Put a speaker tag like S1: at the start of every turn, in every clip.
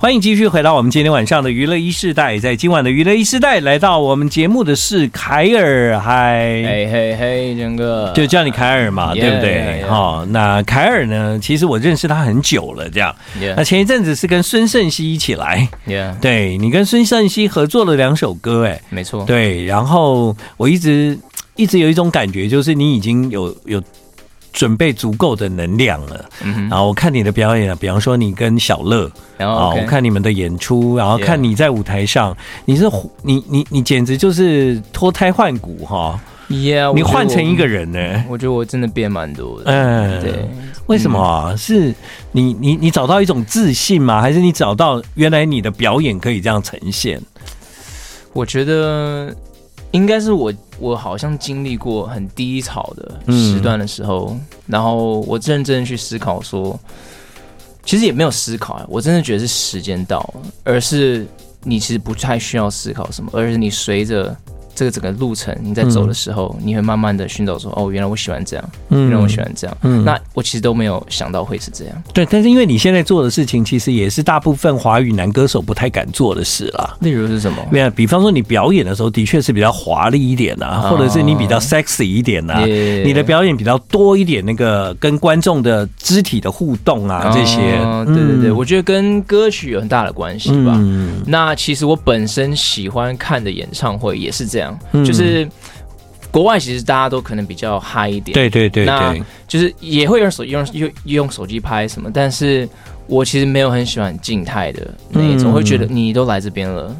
S1: 欢迎继续回到我们今天晚上的娱乐一世代，在今晚的娱乐一世代，来到我们节目的是凯尔，嗨。
S2: 嘿嘿嘿，真哥，
S1: 就叫你凯尔嘛
S2: 哎 Yeah，
S1: 对不对？
S2: yeah，yeah
S1: 哦，那凯尔呢？其实我认识他很久了，这样。那
S2: Yeah
S1: 前一阵子是跟孙盛熙一起来，
S2: Yeah，
S1: 对你跟孙盛熙合作了两首歌，哎，
S2: 没错，
S1: 对，然后我一直一直有一种感觉，就是你已经有有准备足够的能量了。
S2: 嗯哼，
S1: 然后我看你的表演，啊比方说你跟小乐
S2: 然
S1: 啊、
S2: 后
S1: 我
S2: OK，
S1: 看你们的演出，然后
S2: Yeah
S1: 看你在舞台上，你是你你你简直就是脱胎换骨哈！
S2: ，Yeah，
S1: 你
S2: 啊我觉得
S1: 换成
S2: 我
S1: 一个，人呢、
S2: 我觉得我真的变蛮多的，
S1: 嗯，
S2: 对，嗯
S1: 为什么啊？是你你你找到一种自信吗？还是你找到原来你的表演可以这样呈现？
S2: 我觉得应该是我我好像经历过很低潮的
S1: 嗯
S2: 时段的时候，然后我认真地去思考说，其实也没有思考啊，我真的觉得是时间到了，而是你其实不太需要思考什么，而是你随着。这个整个路程你在走的时候，你会慢慢的寻找说，哦，原来我喜欢这样，
S1: 嗯
S2: 原来我喜欢这样。
S1: 嗯
S2: 那我其实都没有想到会是这样。
S1: 对，但是因为你现在做的事情，其实也是大部分华语男歌手不太敢做的事啦。
S2: 例如是什么？
S1: 对啊，比方说你表演的时候，的确是比较华丽一点啊，或
S2: 哦
S1: 者是你比较 sexy 一点啊，
S2: Yeah
S1: 你的表演比较多一点那个跟观众的肢体的互动啊，这些
S2: 哦。对对对，
S1: 嗯
S2: 我觉得跟歌曲有很大的关系吧。
S1: 嗯
S2: 那其实我本身喜欢看的演唱会也是这样，
S1: 嗯
S2: 就是国外其实大家都可能比较嗨一点，
S1: 对对对
S2: 那
S1: 对，
S2: 就是也会用手用用用手机拍什么，但是我其实没有很喜欢静态的那一种，
S1: 嗯
S2: 我会觉得你都来这边了。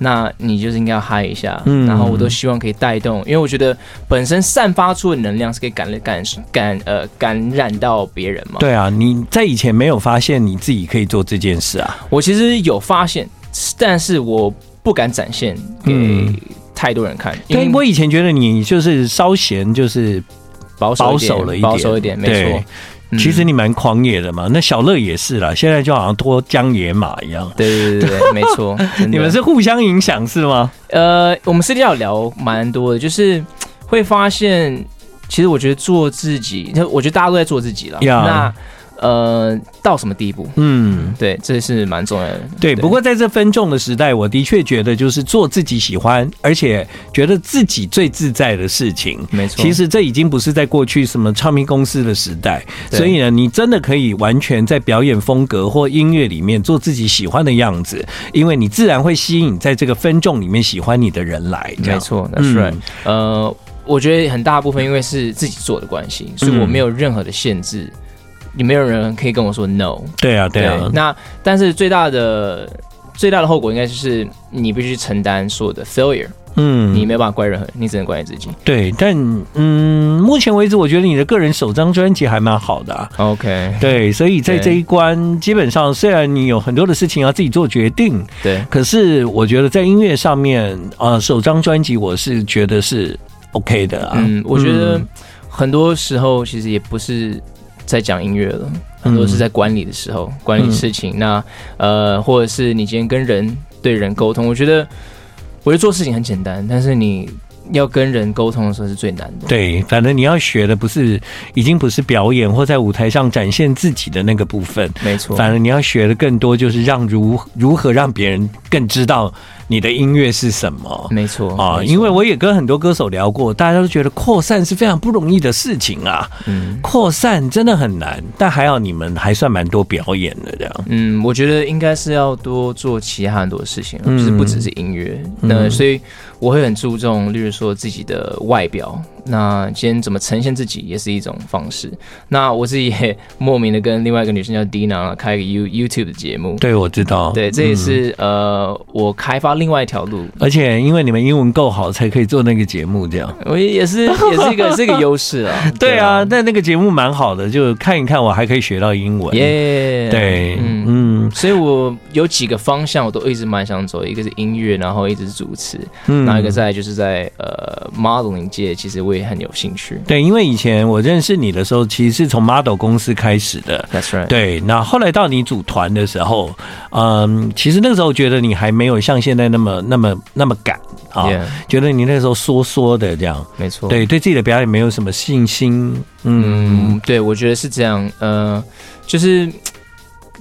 S2: 那你就是应该要嗨一下，
S1: 嗯
S2: 然后我都希望可以带动，因为我觉得本身散发出的能量是可以感感感呃感染到别人嘛。
S1: 对啊，你在以前没有发现你自己可以做这件事啊，
S2: 我其实有发现，但是我不敢展现给
S1: 嗯
S2: 太多人看，因
S1: 对
S2: 为
S1: 我以前觉得你就是稍嫌就是
S2: 保守
S1: 保
S2: 一点
S1: 守了一点，
S2: 保守一点，没
S1: 对
S2: 错。嗯
S1: 其实你蛮狂野的嘛，那小乐也是啦，现在就好像脱缰野马一样。
S2: 对对对对，没错。真的
S1: 你们是互相影响是吗？
S2: 呃，我们私底下有聊蛮多的，就是会发现，其实我觉得做自己，就我觉得大家都在做自己了。
S1: Yeah
S2: 那呃，到什么地步？
S1: 嗯，
S2: 对，这是蛮重要的。
S1: 对。不过在这分众的时代，我的确觉得就是做自己喜欢，而且觉得自己最自在的事情。
S2: 没错，
S1: 其实这已经不是在过去什么唱片公司的时代，
S2: 对
S1: 所以呢，你真的可以完全在表演风格或音乐里面做自己喜欢的样子，因为你自然会吸引在这个分众里面喜欢你的人来。这
S2: 没
S1: 样，
S2: 错，That's
S1: 嗯
S2: right、呃，我觉得很大部分因为是自己做的关系，所以我没有任何的限制，也没有人可以跟我说 no。
S1: 对啊，对啊，
S2: 那但是最大的最大的后果应该就是你必须承担所有的 failure，、
S1: 嗯
S2: 你没有办法怪任何人，你只能怪你自己。
S1: 对，但嗯，目前为止，我觉得你的个人首张专辑还蛮好的、啊。
S2: OK，
S1: 对，所以在
S2: 对
S1: 这一关，基本上虽然你有很多的事情要自己做决定，
S2: 对，
S1: 可是我觉得在音乐上面，呃，首张专辑我是觉得是 OK 的啊。
S2: 嗯，我觉得
S1: 嗯
S2: 很多时候其实也不是在讲音乐了，很多是
S1: 嗯
S2: 在管理的时候，管理事情。那呃，或者是你今天跟人对人沟通，我觉得，我觉得做事情很简单，但是你要跟人沟通的时候是最难的。
S1: 对，反正你要学的不是，已经不是表演或在舞台上展现自己的那个部分，
S2: 没错，
S1: 反正你要学的更多就是让如如何让别人更知道你的音乐是什么。
S2: 没错
S1: 啊，
S2: 没错
S1: 因为我也跟很多歌手聊过，大家都觉得扩散是非常不容易的事情啊，
S2: 嗯
S1: 扩散真的很难。但还好你们还算蛮多表演的这样。
S2: 嗯，我觉得应该是要多做其他很多事情了，啊
S1: 嗯
S2: 就是不只是音乐。那所以我会很注重，例如说自己的外表，那今天怎么呈现自己也是一种方式。那我自己也 莫名的跟另外一个女生叫 Dina 开一个 You YouTube 的节目，
S1: 对，嗯我知道。
S2: 对，这也是、呃我开发另外一条路，
S1: 而且因为你们英文够好，才可以做那个节目这样。
S2: 我也 是也是一个是一个优势啊。
S1: 对啊，，但那个节目蛮好的，就看一看，我还可以学到英文。
S2: 耶、
S1: 对，
S2: 嗯
S1: 嗯
S2: 所以我有几个方向我都一直蛮想走，一个是音乐，然后一直是主持，
S1: 嗯
S2: 然后一个再来就是在呃 modeling 界，其实我也很有兴趣。
S1: 对，因为以前我认识你的时候，其实是从 model 公司开始的。
S2: That's right。
S1: 对，那后来到你组团的时候，嗯，其实那个时候觉得你还没有像现在那么那么那么敢啊
S2: Yeah，
S1: 觉得你那时候缩缩的这样，
S2: 没错。，
S1: 对，对自己的表演没有什么信心，嗯
S2: 嗯，对，我觉得是这样。呃，就是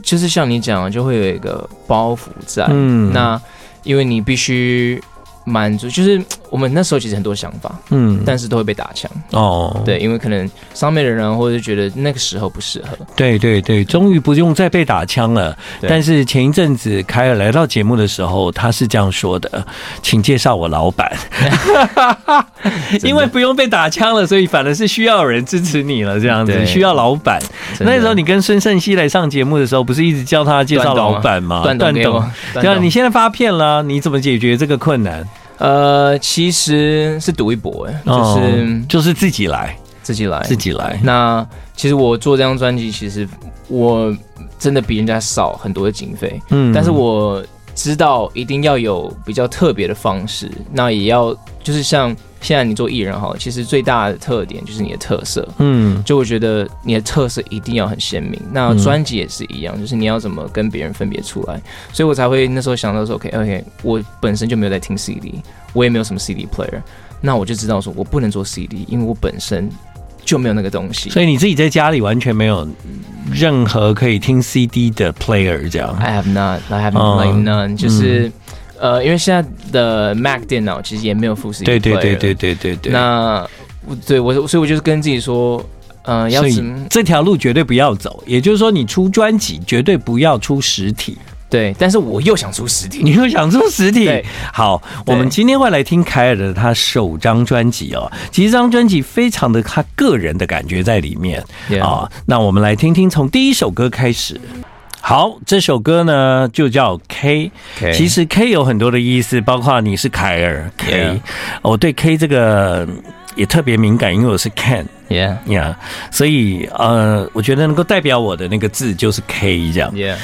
S2: 就是像你讲的，就会有一个包袱在。
S1: 嗯
S2: 那因为你必须满足，就是我们那时候其实很多想法，
S1: 嗯，
S2: 但是都会被打枪。
S1: 哦，
S2: 对，因为可能上面的人啊或者觉得那个时候不适合。
S1: 对对对，终于不用再被打枪了。
S2: 对
S1: 但是前一阵子凯尔来到节目的时候，他是这样说的：“请介绍我老 板， 因为不用被打枪了，所以反而是需要有人支持你了，这样子
S2: 对
S1: 需要老板。”
S2: 真的
S1: 那时候你跟孙胜熙来上节目的时候，不是一直叫他介绍老板吗？
S2: 段董给我，段
S1: 啊对啊，
S2: 董
S1: 你现在发片了，你怎么解决这个困难？
S2: 呃，其实是赌一搏，哎，就是
S1: 哦就是自己来，
S2: 自己来。
S1: 自己来。
S2: 哎那其实我做这张专辑，其实我真的比人家少很多的经费，
S1: 嗯
S2: 但是我知道一定要有比较特别的方式，那也要就是像现在你做艺人哈，其实最大的特点就是你的特色。
S1: 嗯
S2: 就我觉得你的特色一定要很鲜明，那
S1: 嗯
S2: 专辑也是一样，就是你要怎么跟别人分别出来，所以我才会那时候想到说，OK OK，我本身就没有在听 CD，我也没有什么 CD player，那我就知道说我不能做 CD，因为我本身就没有那个东西。
S1: 所以你自己在家里完全没有任何可以听 CD 的 player 这样。
S2: I have not, I have
S1: 哦
S2: like none，、就是、呃，因为现在的 Mac 电脑其实也没有附 CD
S1: 嗯对对
S2: player
S1: 对对对对对。
S2: 那我对我，所以我就是跟自己说，呃，要
S1: 所以
S2: 怎么
S1: 这条路绝对不要走，也就是说，你出专辑绝对不要出实体。
S2: 对，但是我又想出实体，
S1: 你又想出实体
S2: 对？
S1: 好，我
S2: 对
S1: 们今天会来听凯尔的他首张专辑哦。其实这张专辑非常的他个人的感觉在里面啊
S2: Yeah
S1: 那我们来听听从第一首歌开始。好，这首歌呢就叫 K。
S2: OK
S1: 其实 K 有很多的意思，包括你是凯尔 K，、
S2: Yeah
S1: 我对 K 这个嗯也特别敏感，因为我是 Ken。
S2: ，Yeah
S1: 呀、所以呃，我觉得能够代表我的那个字就是 K 这样。
S2: Yeah，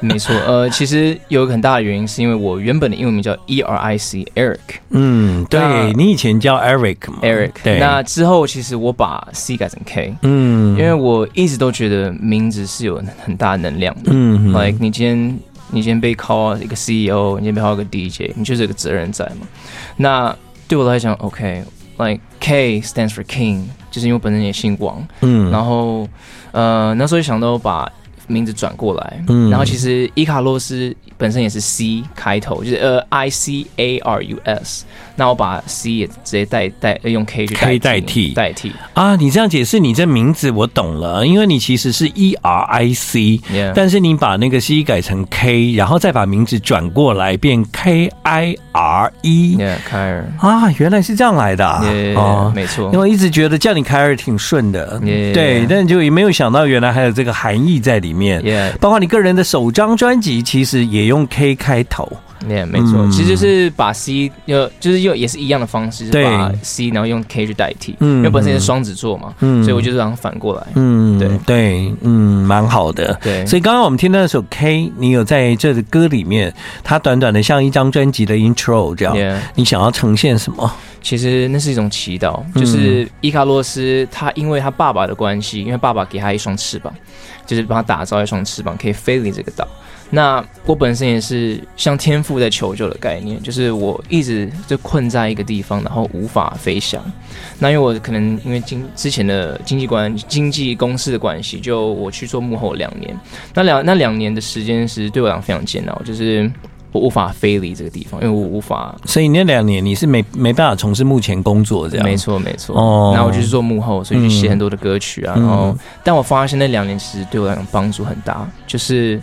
S2: 没错，呃，其实有一个很大的原因是因为我原本的英文名叫 E R I C Eric
S1: 嗯，
S2: 那
S1: 对你以前叫 Eric 嘛
S2: Eric，
S1: 对，
S2: 那之后其实我把 C 改成 K，、
S1: 嗯，
S2: 因为我一直都觉得名字是有很大能量的。
S1: 嗯
S2: like 你今天你今天被 call 一个 CEO，你今天被 call 一个 DJ，你就是有个责任在嘛。那对我来讲，OK，like、K stands for King，就是因为我本身也姓王，
S1: 嗯
S2: 然后呃那时候就想到把名字转过来，
S1: 嗯
S2: 然后其实伊卡洛斯本身也是 C 开头，就是呃 I C A R U S，那我把 C 也直接代代用 K 去
S1: K
S2: 代
S1: 代
S2: 代替
S1: 啊，你这样解释，你这名字我懂了，因为你其实是 E R I C，
S2: ，yeah,
S1: 但是你把那个 C 改成 K，然后再把名字转过来变 K I R E，
S2: yeah 凯尔，
S1: 啊，原来是这样来的啊
S2: yeah,
S1: 哦
S2: 没错
S1: 因为。我一直觉得叫你凯尔挺顺的
S2: Yeah
S1: 对，但就也没有想到原来还有这个含义在里面。
S2: Yeah,
S1: 包括你个人的首张专辑，其实也用 K 开头，
S2: 也、没错，
S1: 嗯
S2: 其实就是把 C 又就是又也是一样的方式，是
S1: 对
S2: 把 C 然后用 K 去代替，
S1: 嗯
S2: 因为本身也是双子座嘛，
S1: 嗯
S2: 所以我就是让它反过来，
S1: 嗯，
S2: 对
S1: 对，嗯，蛮好的。
S2: 对，
S1: 所以刚刚我们听到那首 K，你有在这个歌里面，它短短的像一张专辑的 intro 这样，
S2: Yeah，
S1: 你想要呈现什么？
S2: 其实那是一种祈祷，就是伊卡洛斯他因为他爸爸的关系，因为爸爸给他一双翅膀，就是帮他打造一双翅膀，可以飞离这个岛。那我本身也是像天赋在求救的概念，就是我一直就困在一个地方，然后无法飞翔。那因为我可能因为经之前的经济关经济公司的关系，就我去做幕后两年，那两那两年的时间是对我来讲非常煎熬，就是我无法飞离这个地方，因为我无法
S1: 所以那两年你是没没办法从事目前工作这样，
S2: 没错，没错。
S1: 哦
S2: 然后我就是做幕后，所以就写很多的歌曲啊。
S1: 嗯
S2: 然后，但我发现那两年其实对我来讲帮助很大，就是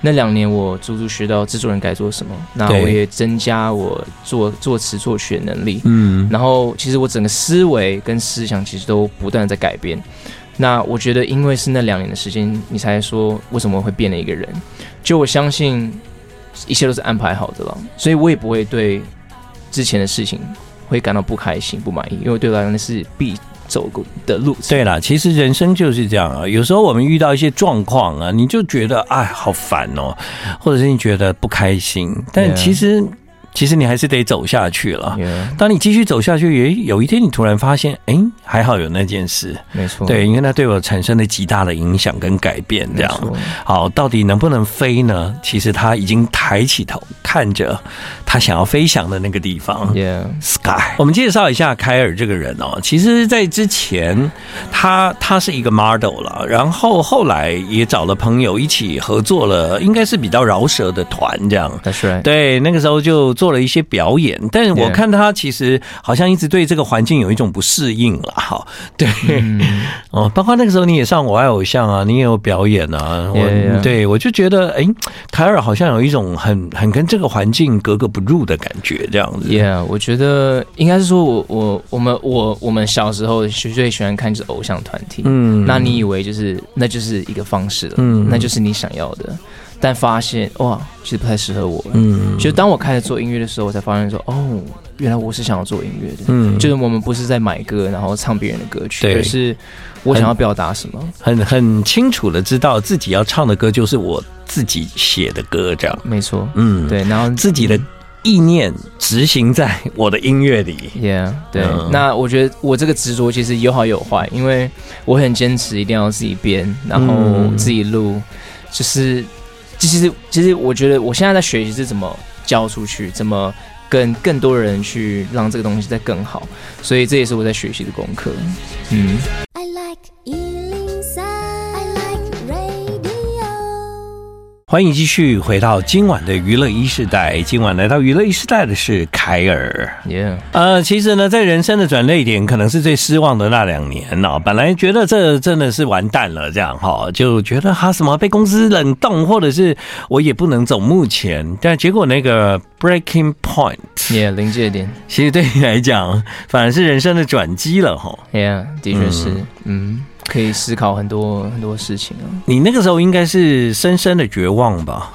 S2: 那两年我足足学到制作人该做什么，那
S1: 对
S2: 我也增加我作作词作曲的能力。
S1: 嗯
S2: 然后，其实我整个思维跟思想其实都不断地在改变。那我觉得，因为是那两年的时间，你才说为什么会变了一个人。就我相信，一切都是安排好的了，所以我也不会对之前的事情会感到不开心、不满意，因为对我来讲那是必走过的路程。
S1: 对啦，其实人生就是这样啊。有时候我们遇到一些状况啊，你就觉得哎，好烦哦，或者是你觉得不开心，但
S2: Yeah
S1: 其实其实你还是得走下去了。
S2: Yeah，
S1: 当你继续走下去，也有一天你突然发现，哎，还好有那件事，
S2: 没错，
S1: 对，因为它对我产生了极大的影响跟改变。这
S2: 没
S1: 样，
S2: 错，
S1: 好，到底能不能飞呢？其实他已经抬起头看着他想要飞翔的那个地方。
S2: ，Yeah，
S1: Sky，我们介绍一下凯尔这个人哦。其实，在之前，他他是一个 model 了，然后后来也找了朋友一起合作了，应该是比较饶舌的团这样。
S2: that's right，
S1: 对，那个时候就做了一些表演，但是我
S2: Yeah
S1: 看他其实好像一直对这个环境有一种不适应了哈。对，
S2: 嗯
S1: 哦，包括那个时候你也上《我爱偶像》啊，你也有表演啊。我
S2: Yeah, yeah
S1: 对我就觉得，哎，凯尔好像有一种很很跟这个环境格格不入的感觉，这样子。
S2: Yeah，我觉得应该是说我，我我们我我们小时候是最喜欢看就是偶像团体，
S1: 嗯
S2: 那你以为就是那就是一个方式了，
S1: 嗯
S2: 那就是你想要的，但发现哇，其实不太适合我了。
S1: 嗯
S2: 就当我开始做音乐的时候，我才发现说，哦，原来我是想要做音乐的，
S1: 嗯，
S2: 就
S1: 就是
S2: 我们不是在买歌然后唱别人的歌曲，
S1: 对嗯
S2: 而是我想要表达什么。
S1: 很很清楚的知道自己要唱的歌就是我自己写的歌，这样。
S2: 没错，
S1: 嗯，，
S2: 对，然后
S1: 自己的意念执行在我的音乐里。
S2: Yeah，对。
S1: 嗯
S2: 那我觉得我这个执着其实有好有坏，因为我很坚持一定要自己编，然后
S1: 嗯
S2: 自己录，就是其实其实我觉得我现在在学习是怎么教出去，怎么跟更多人去让这个东西再更好，所以这也是我在学习的功课。嗯
S3: I like Ealing Sound. I like radio.
S1: 欢迎继续回到今晚的娱乐一世代。今晚来到娱乐一世代的是凯尔。
S2: ，Yeah，
S1: 呃，其实呢，在人生的转捩点，可能是最失望的那两年哦。本来觉得这真的是完蛋了，这样哈、就觉得哈什么被公司冷冻，或者是我也不能走幕前。但结果那个 breaking point，
S2: yeah，临界点
S1: 其实对你来讲，反而是人生的转机了哈、
S2: ，Yeah，的确是，嗯可以思考很多很多事情啊。
S1: 你那个时候应该是深深的绝望吧？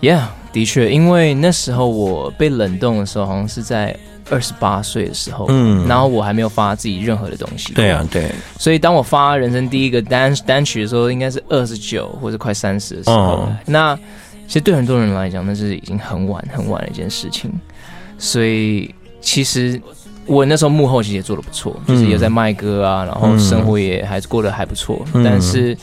S2: Yeah，的确，因为那时候我被冷冻的时候，好像是在二十八岁的时候，
S1: 嗯
S2: 然后我还没有发自己任何的东西，
S1: 对啊，，对，
S2: 所以当我发人生第一个单单曲的时候，应该是二十九或者快三十的时候，
S1: 嗯
S2: 那其实对很多人来讲，那是已经很晚很晚的一件事情，所以其实。我那时候幕后其实也做的不错，就是也在卖歌啊，然后生活也还是过得还不错，
S1: 嗯
S2: 但是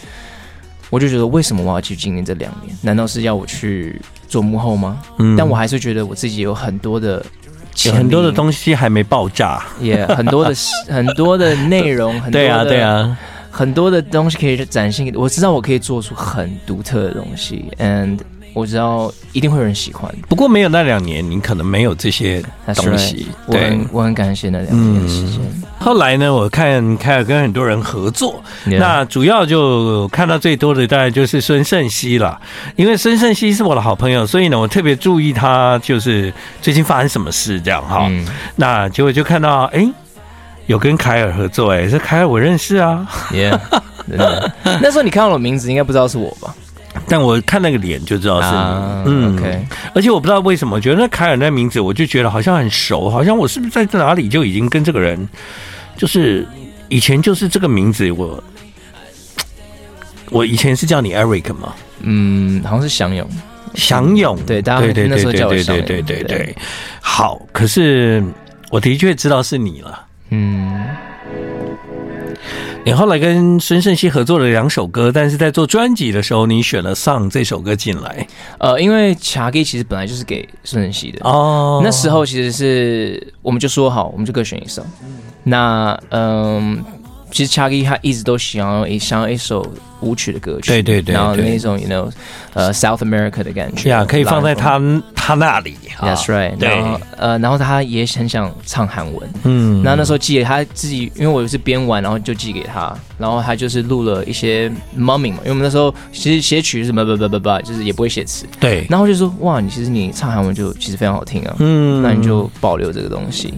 S2: 我就觉得为什么我要去经历这两年？难道是要我去做幕后吗？
S1: 嗯
S2: 但我还是觉得我自己有很多的
S1: 有
S2: 潜力，
S1: 很多的东西还没爆炸。
S2: 也、很多的很多的内 容，很多
S1: 对
S2: 的
S1: 啊，对，啊，
S2: 很多的东西可以展现给。我知道我可以做出很独特的东西，and 我知道一定会有人喜欢。
S1: 不过没有那两年，你可能没有这些
S2: That's
S1: 东
S2: right，
S1: 西。
S2: 我
S1: 对
S2: 很，我很感谢那两年的时间。
S1: 后来呢，我看凯尔跟很多人合作，嗯
S2: Yeah，
S1: 那主要就看到最多的大概就是孙盛熙了，因为孙盛熙是我的好朋友，所以呢，我特别注意他就是最近发生什么事这样哈。
S2: 嗯
S1: 那结果就看到哎。有跟凯尔合作哎、这凯尔我认识啊，
S2: ，Yeah，真的。那时候你看到我名字，应该不知道是我吧？
S1: 但我看那个脸就知道是你。嗯
S2: 啊，OK
S1: 而且我不知道为什么，觉得那凯尔那名字，我就觉得好像很熟，好像我是不是在哪里就已经跟这个人，就是以前就是这个名字，我我以前是叫你 Eric 嘛，
S2: 嗯，好像是祥勇。
S1: 祥勇，
S2: 对大家
S1: 对对
S2: 那
S1: 对
S2: 时候
S1: 对
S2: 叫我
S1: 对
S2: 祥
S1: 对
S2: 勇
S1: 对对
S2: 对
S1: 对，好，可是我的确知道是你了。
S2: 嗯，
S1: 你后来跟孙盛熙合作了两首歌，但是在做专辑的时候，你选了《上》这首歌进来
S2: 呃，因为卡给其实本来就是给孙晨曦的。
S1: 哦。
S2: 那时候其实是我们就说好，我们就各选一首。那嗯，其实 Chucky 他一直都想要一想要一首舞曲的歌曲，
S1: 对对对
S2: 然后
S1: 对
S2: 那种 you know 呃 South America 的感觉
S1: 呀，可以放在他他那里啊
S2: That's right，
S1: 对
S2: 然后呃，然后他也很想唱韩文。
S1: 嗯
S2: 那那时候寄给他自己，因为我是编完，然后就寄给他，然后他就是录了一些 mumming 嘛，因为我们那时候其实写曲是什么不不不不，就是也不会写词，
S1: 对，
S2: 然后就说哇，你其实你唱韩文就其实非常好听啊，
S1: 嗯
S2: 那你就保留这个东西。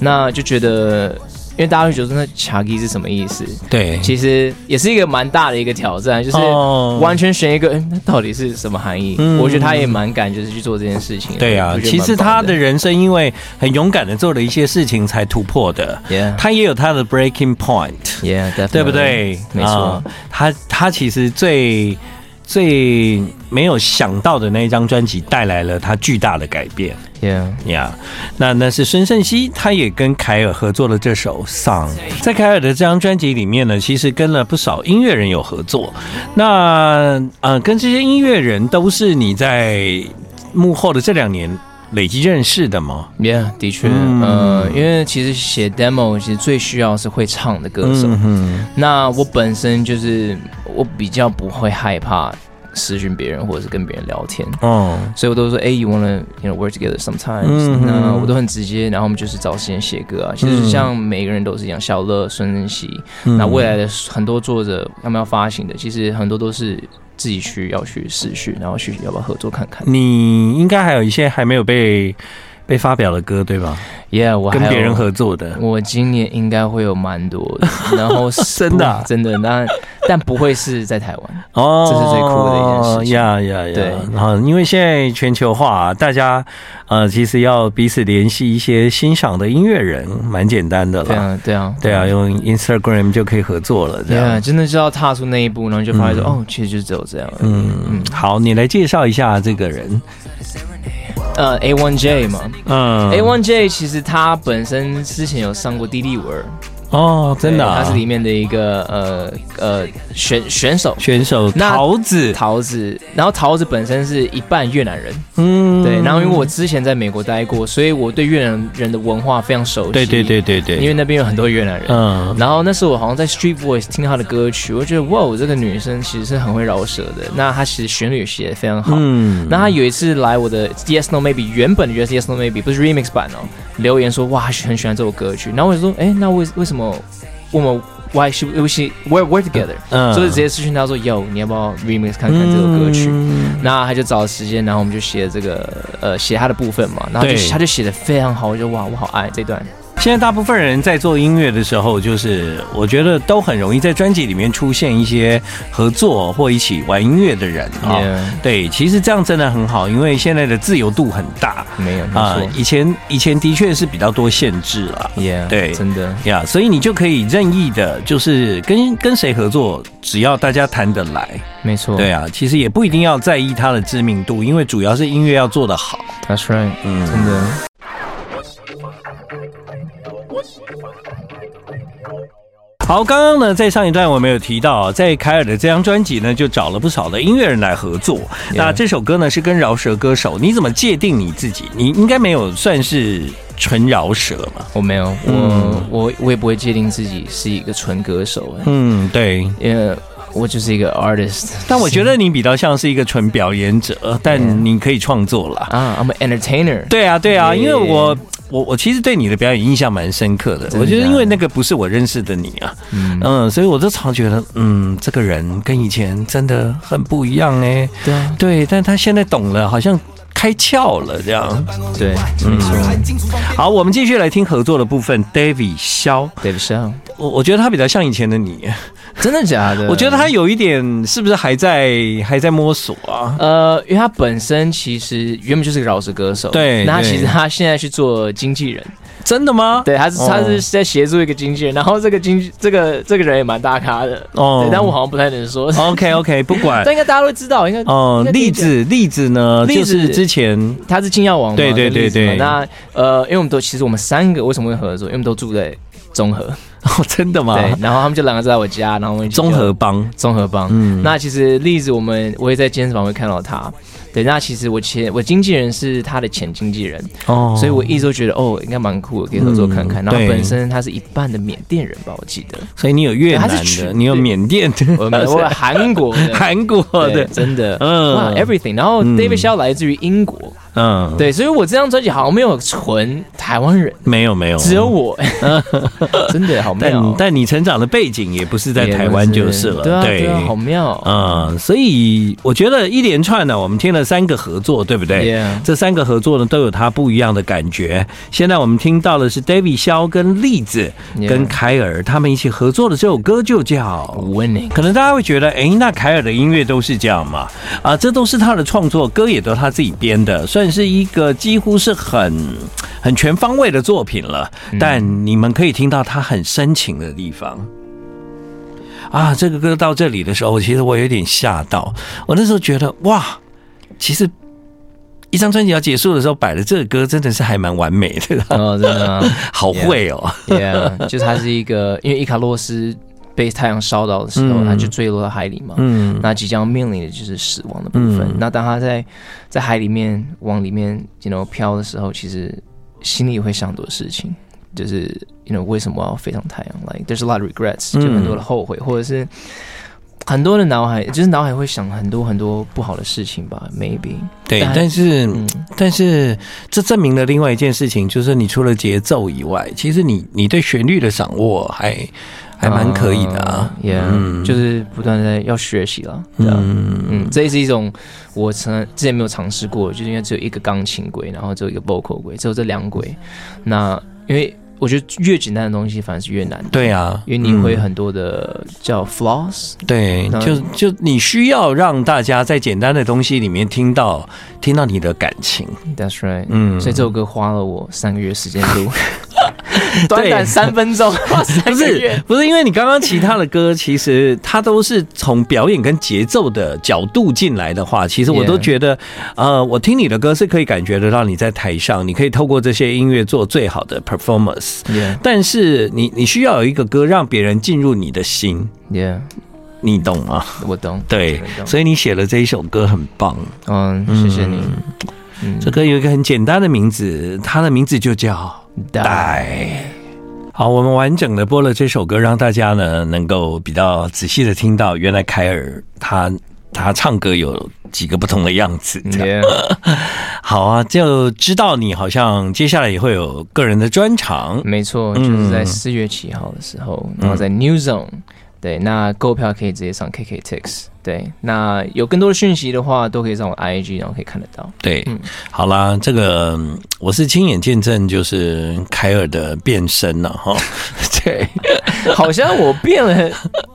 S2: 那就觉得，因为大家会觉得说那卡基是什么意思？
S1: 对，
S2: 其实也是一个蛮大的一个挑战，就是
S1: 哦
S2: 完全选一个，嗯，那到底是什么含义？
S1: 嗯
S2: 我觉得他也蛮敢，就是去做这件事情。
S1: 对啊
S2: 我，觉得
S1: 其
S2: 蛮
S1: 实
S2: 棒
S1: 他的
S2: 的
S1: 人生因为很勇敢的做了一些事情才突破的，
S2: ，yeah
S1: 他也有他的 breaking point，啊
S2: yeah，
S1: 对不对？
S2: 没错
S1: 啊，他他其实最最没有想到的那一张专辑带来了他巨大的改变
S2: Yeah，
S1: 呀。那那是孙盛熙，他也跟凯尔合作了这首《Song》。在凯尔的这张专辑里面呢，其实跟了不少音乐人有合作。那呃，跟这些音乐人都是你在幕后的这两年累积认识的吗？
S2: Yeah，的确，
S1: 嗯
S2: 呃，因为其实写 demo 其实最需要是会唱的歌手。
S1: 嗯哼，
S2: 那我本身就是我比较不会害怕私讯别人或者是跟别人聊天，
S1: 哦，
S2: 所以我都说，哎、y o u wanna you know work together sometimes？、
S1: 嗯哼
S2: 那我都很直接，然后我们就是找时间写歌啊。其实
S1: 嗯
S2: 像每个人都是一样，小乐、孙晨曦，那未来的很多作者他们要发行的，其实很多都是自己去要去试训，然后去要不要合作看看。
S1: 你应该还有一些还没有被被发表的歌，对吧？
S2: Yeah，我还
S1: 跟
S2: 有
S1: 别人合作的，
S2: 我今年应该会有蛮多 的，然后
S1: 真的啊
S2: 不真的，那但不会是在台湾。
S1: 哦，
S2: 这是最酷的一件事情
S1: 呀呀呀！
S2: 对
S1: 然后因为现在全球化、大家呃，其实要彼此联系一些欣赏的音乐人，蛮简单的
S2: 对
S1: 啦。
S2: 啊，对啊，
S1: 对啊，用 Instagram 就可以合作了，这
S2: 对啊，
S1: 样。
S2: 真的就要踏出那一步，然后就发现说，
S1: 嗯
S2: 哦，其实就只有这样而已。
S1: 嗯，好，你来介绍一下这个人。
S2: 呃，A One J 嘛、
S1: 嗯
S2: a One J 其实他本身之前有上过《D D 五二》，
S1: 哦，真的、
S2: 对
S1: 啊，
S2: 他是里面的一个呃呃选选手
S1: 选手
S2: 那
S1: 桃子。
S2: 桃子，然后桃子本身是一半越南人，
S1: 嗯
S2: 对，然后因为我之前在美国待过，所以我对越南人的文化非常熟悉，
S1: 对对，对对对，
S2: 因为那边有很多越南人。
S1: 嗯
S2: 然后那时候我好像在 Street Voice 听她的歌曲，我觉得哇，这个女生其实是很会饶舌的。那她其实旋律写的非常好。
S1: 嗯，
S2: 那她有一次来我的 Yes No Maybe 原本的 Yes No Maybe 不是 Remix 版哦，留言说哇，很喜欢这首歌曲。然后我就说，哎，那为为什么我们 Why should we should we're we're together？、
S1: 嗯
S2: 所以直接私讯她说，Yo，你要不要 Remix 看看这首歌曲？
S1: 嗯
S2: 那他就找时间，然后我们就写这个呃写他的部分嘛，然后就
S1: 对
S2: 他就写的非常好，我就哇我好爱这段，
S1: 现在大部分人在做音乐的时候，就是我觉得都很容易在专辑里面出现一些合作或一起玩音乐的人啊。
S2: 也
S1: 对，其实这样真的很好，因为现在的自由度很大
S2: 没有没
S1: 啊、
S2: 错，
S1: 以前以前的确是比较多限制啦。
S2: 也
S1: 对
S2: 真的
S1: 呀所以你就可以任意的，就是跟跟谁合作，只要大家谈得来，
S2: 没错，
S1: 对啊，其实也不一定要在意它的知名度，因为主要是音乐要做得好。
S2: ，That's right，
S1: 嗯
S2: 真的。
S1: 好，刚刚呢，在上一段我们有提到，在凯尔的这张专辑呢，就找了不少的音乐人来合作。那这首歌呢是跟饶舌歌手，你怎么界定你自己？你应该没有算是纯饶舌嘛？
S2: 我没有，我、
S1: 嗯
S2: 我我也不会界定自己是一个纯歌手，欸
S1: 嗯，对。
S2: 因为我就是一个 artist。
S1: 但我觉得你比较像是一个纯表演者，但你可以创作啦。
S2: 啊，I'm an entertainer。
S1: 对啊，对啊，
S2: 耶
S1: 因为我我我其实对你的表演印象蛮深刻的，
S2: 真的
S1: 我觉得
S2: 假的
S1: 因为那个不是我认识的你啊，嗯所以我就常觉得，嗯，这个人跟以前真的很不一样哎、
S2: 对啊，
S1: 对，但他现在懂了，好像开窍了这样。
S2: 对，
S1: 嗯
S2: 没错。
S1: 好，我们继续来听合作的部分。David 肖，
S2: Dave s h a
S1: 我我觉得他比较像以前的你，
S2: 真的假的？
S1: 我觉得他有一点是不是还在还在摸索啊？
S2: 呃，因为他本身其实原本就是个饶舌歌手，
S1: 对
S2: 那他
S1: 对
S2: 其实他现在去做经纪人，
S1: 真的吗？
S2: 对，他是、
S1: 哦
S2: 他是在协助一个经纪人，然后这个经纪这个这个人也蛮大咖的，
S1: 哦
S2: 对，但我好像不太能说，
S1: ，OK OK，不管
S2: 但。应该大家都知道，应该
S1: 哦
S2: 应该，可以
S1: 栗
S2: 讲
S1: 子，栗子呢，
S2: 栗
S1: 就
S2: 子
S1: 是之前
S2: 他是金耀王嘛，
S1: 对对
S2: 跟栗子嘛
S1: 对对
S2: 那呃，因为我们都其实我们三个为什么会合作，因为我们都住在综 合，
S1: 哦，真的吗
S2: 对？，然后他们就两个在我家，然后我们一起
S1: 综合
S2: 就
S1: 帮，
S2: 综合帮，
S1: 嗯
S2: 那其实栗子我们我也在健身房会看到他。对，那其实我前我经纪人是他的前经纪人，
S1: 哦
S2: 所以我一直都觉得哦，应该蛮酷的，可以合作看
S1: 嗯
S2: 看。然后
S1: 对
S2: 本身他是一半的缅甸人吧，我 记得，
S1: 所以你有越南
S2: 对他是
S1: 的，
S2: 曲
S1: 你有缅甸的，
S2: 我我有韩国
S1: 呃
S2: 的，
S1: 韩国
S2: 对，
S1: 的，
S2: 真的，
S1: 嗯
S2: 哇，everything。然后
S1: 嗯
S2: David Shaw 来自于英国，
S1: 嗯，，
S2: 对，所以我这张专辑好像没有纯台湾人，
S1: 没有没有，
S2: 只有我，哦 真的好妙
S1: 但，但你成长的背景也不是在
S2: 也不
S1: 台湾就是了，
S2: 对啊，对啊，好妙，
S1: 嗯，所以我觉得一连串呢，我们听了三个合作，对不对
S2: Yeah
S1: 这三个合作呢，都有它不一样的感觉。现在我们听到的是 David 肖跟栗子
S2: Yeah
S1: 跟凯尔他们一起合作的这首歌，就叫
S2: Winning，
S1: 可能大家会觉得，诶，那凯尔的音乐都是这样嘛？啊，这都是他的创作，歌也都他自己编的，算是一个几乎是很很全方位的作品了。但你们可以听到他很深情的地方。啊，这个歌到这里的时候，其实我有点吓到。我那时候觉得哇，其实一张专辑要结束的时候摆的这个歌真的是还蛮完美的，
S2: 哦，真的吗
S1: 好会哦。
S2: ？Yeah，就是它是一个，因为伊卡洛斯被太阳烧到的时候，
S1: 嗯
S2: 他就坠落到海里嘛。
S1: 嗯
S2: 那即将面临的就是死亡的部分。
S1: 嗯
S2: 那当他在在海里面往里面，you know 飘的时候，其实心里会想很多事情，就是 you know 为什么我要飞上太阳？Like there's a lot of regrets，
S1: 嗯
S2: 就很多的后悔，或者是很多的脑海，就是脑海会想很多很多不好的事情吧，maybe。
S1: 对，
S2: 但
S1: 但是
S2: 嗯，
S1: 但是这证明了另外一件事情，就是你除了节奏以外，其实你你对旋律的掌握还还蛮可以的啊。
S2: 哦也、yeah,
S1: 嗯
S2: 就是不断地在要学习了，对啊。
S1: 嗯
S2: 嗯，这也是一种我曾之前没有尝试过，就是因为只有一个钢琴轨，然后只有一个 vocal 轨，只有这两轨。那因为我觉得越简单的东西反而是越难的，
S1: 对啊，
S2: 因为你会
S1: 嗯
S2: 很多的叫 flaws，
S1: 对，
S2: 那
S1: 就就你需要让大家在简单的东西里面听到听到你的感情，
S2: That's right，、
S1: 嗯，
S2: 所以这首歌花了我三个月时间 录，短短三分钟，花三
S1: 不
S2: 个
S1: 是
S2: 月。
S1: 不是，因为你刚刚其他的歌，其实它都是从表演跟节奏的角度进来的话，其实我
S2: Yeah
S1: 都觉得呃，我听你的歌是可以感觉得到你在台上，你可以透过这些音乐做最好的 performance。
S2: Yeah,
S1: 但是你你需要有一个歌让别人进入你的心，
S2: yeah，
S1: 你懂吗？
S2: 我懂。
S1: 对
S2: 我，懂
S1: 所以你写了这一首歌很棒。
S2: 嗯，谢谢你。嗯，
S1: 这歌有一个很简单的名字，它的名字就叫
S2: 大
S1: 带。好，我们完整的播了这首歌，让大家呢能够比较仔细的听到，原来凯尔他他唱歌有几个不同的样子。
S2: ，Yeah，
S1: 好啊，就知道你好像接下来也会有个人的专场。
S2: 没错，就是在四月七号的时候，然后在
S1: 嗯
S2: New Zone。对，那购票可以直接上 KKTix。对，那有更多的讯息的话，都可以上我 IG，然后可以看得到。
S1: 对
S2: 嗯，
S1: 好啦，这个嗯我是亲眼见证，就是凯尔的变身了哈。 对，
S2: 好像我变了，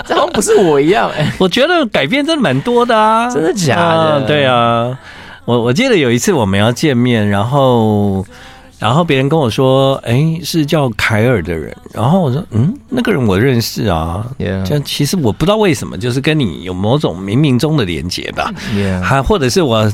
S2: 这好像不是我一样、哎，
S1: 我觉得改变真的蛮多的啊，
S2: 真的假的
S1: 啊对啊，我我记得有一次我们要见面，然后然后别人跟我说，哎，是叫凯尔的人，然后我说，嗯，那个人我认识啊。
S2: Yeah，
S1: 就其实我不知道为什么，就是跟你有某种冥冥中的连结吧，
S2: yeah，
S1: 还或者是我，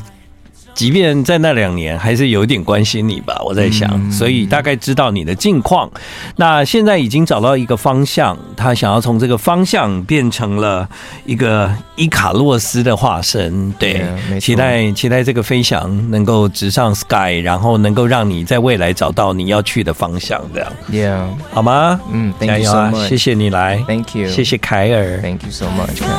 S1: 即便在那两年还是有一点关心你吧，我在想，
S2: 嗯
S1: 所以大概知道你的近况。那现在已经找到一个方向，他想要从这个方向变成了一个伊卡洛斯的化身，对
S2: Yeah，没错
S1: 期待期待这个飞翔能够直上 sky，然后能够让你在未来找到你要去的方向，这样
S2: yeah，
S1: 好吗？
S2: 嗯，Thank
S1: 加
S2: you
S1: 油
S2: so
S1: 啊！谢
S2: much，Thank
S1: 谢你来，
S2: you，
S1: 谢谢凯尔。
S2: ，Thank you so much。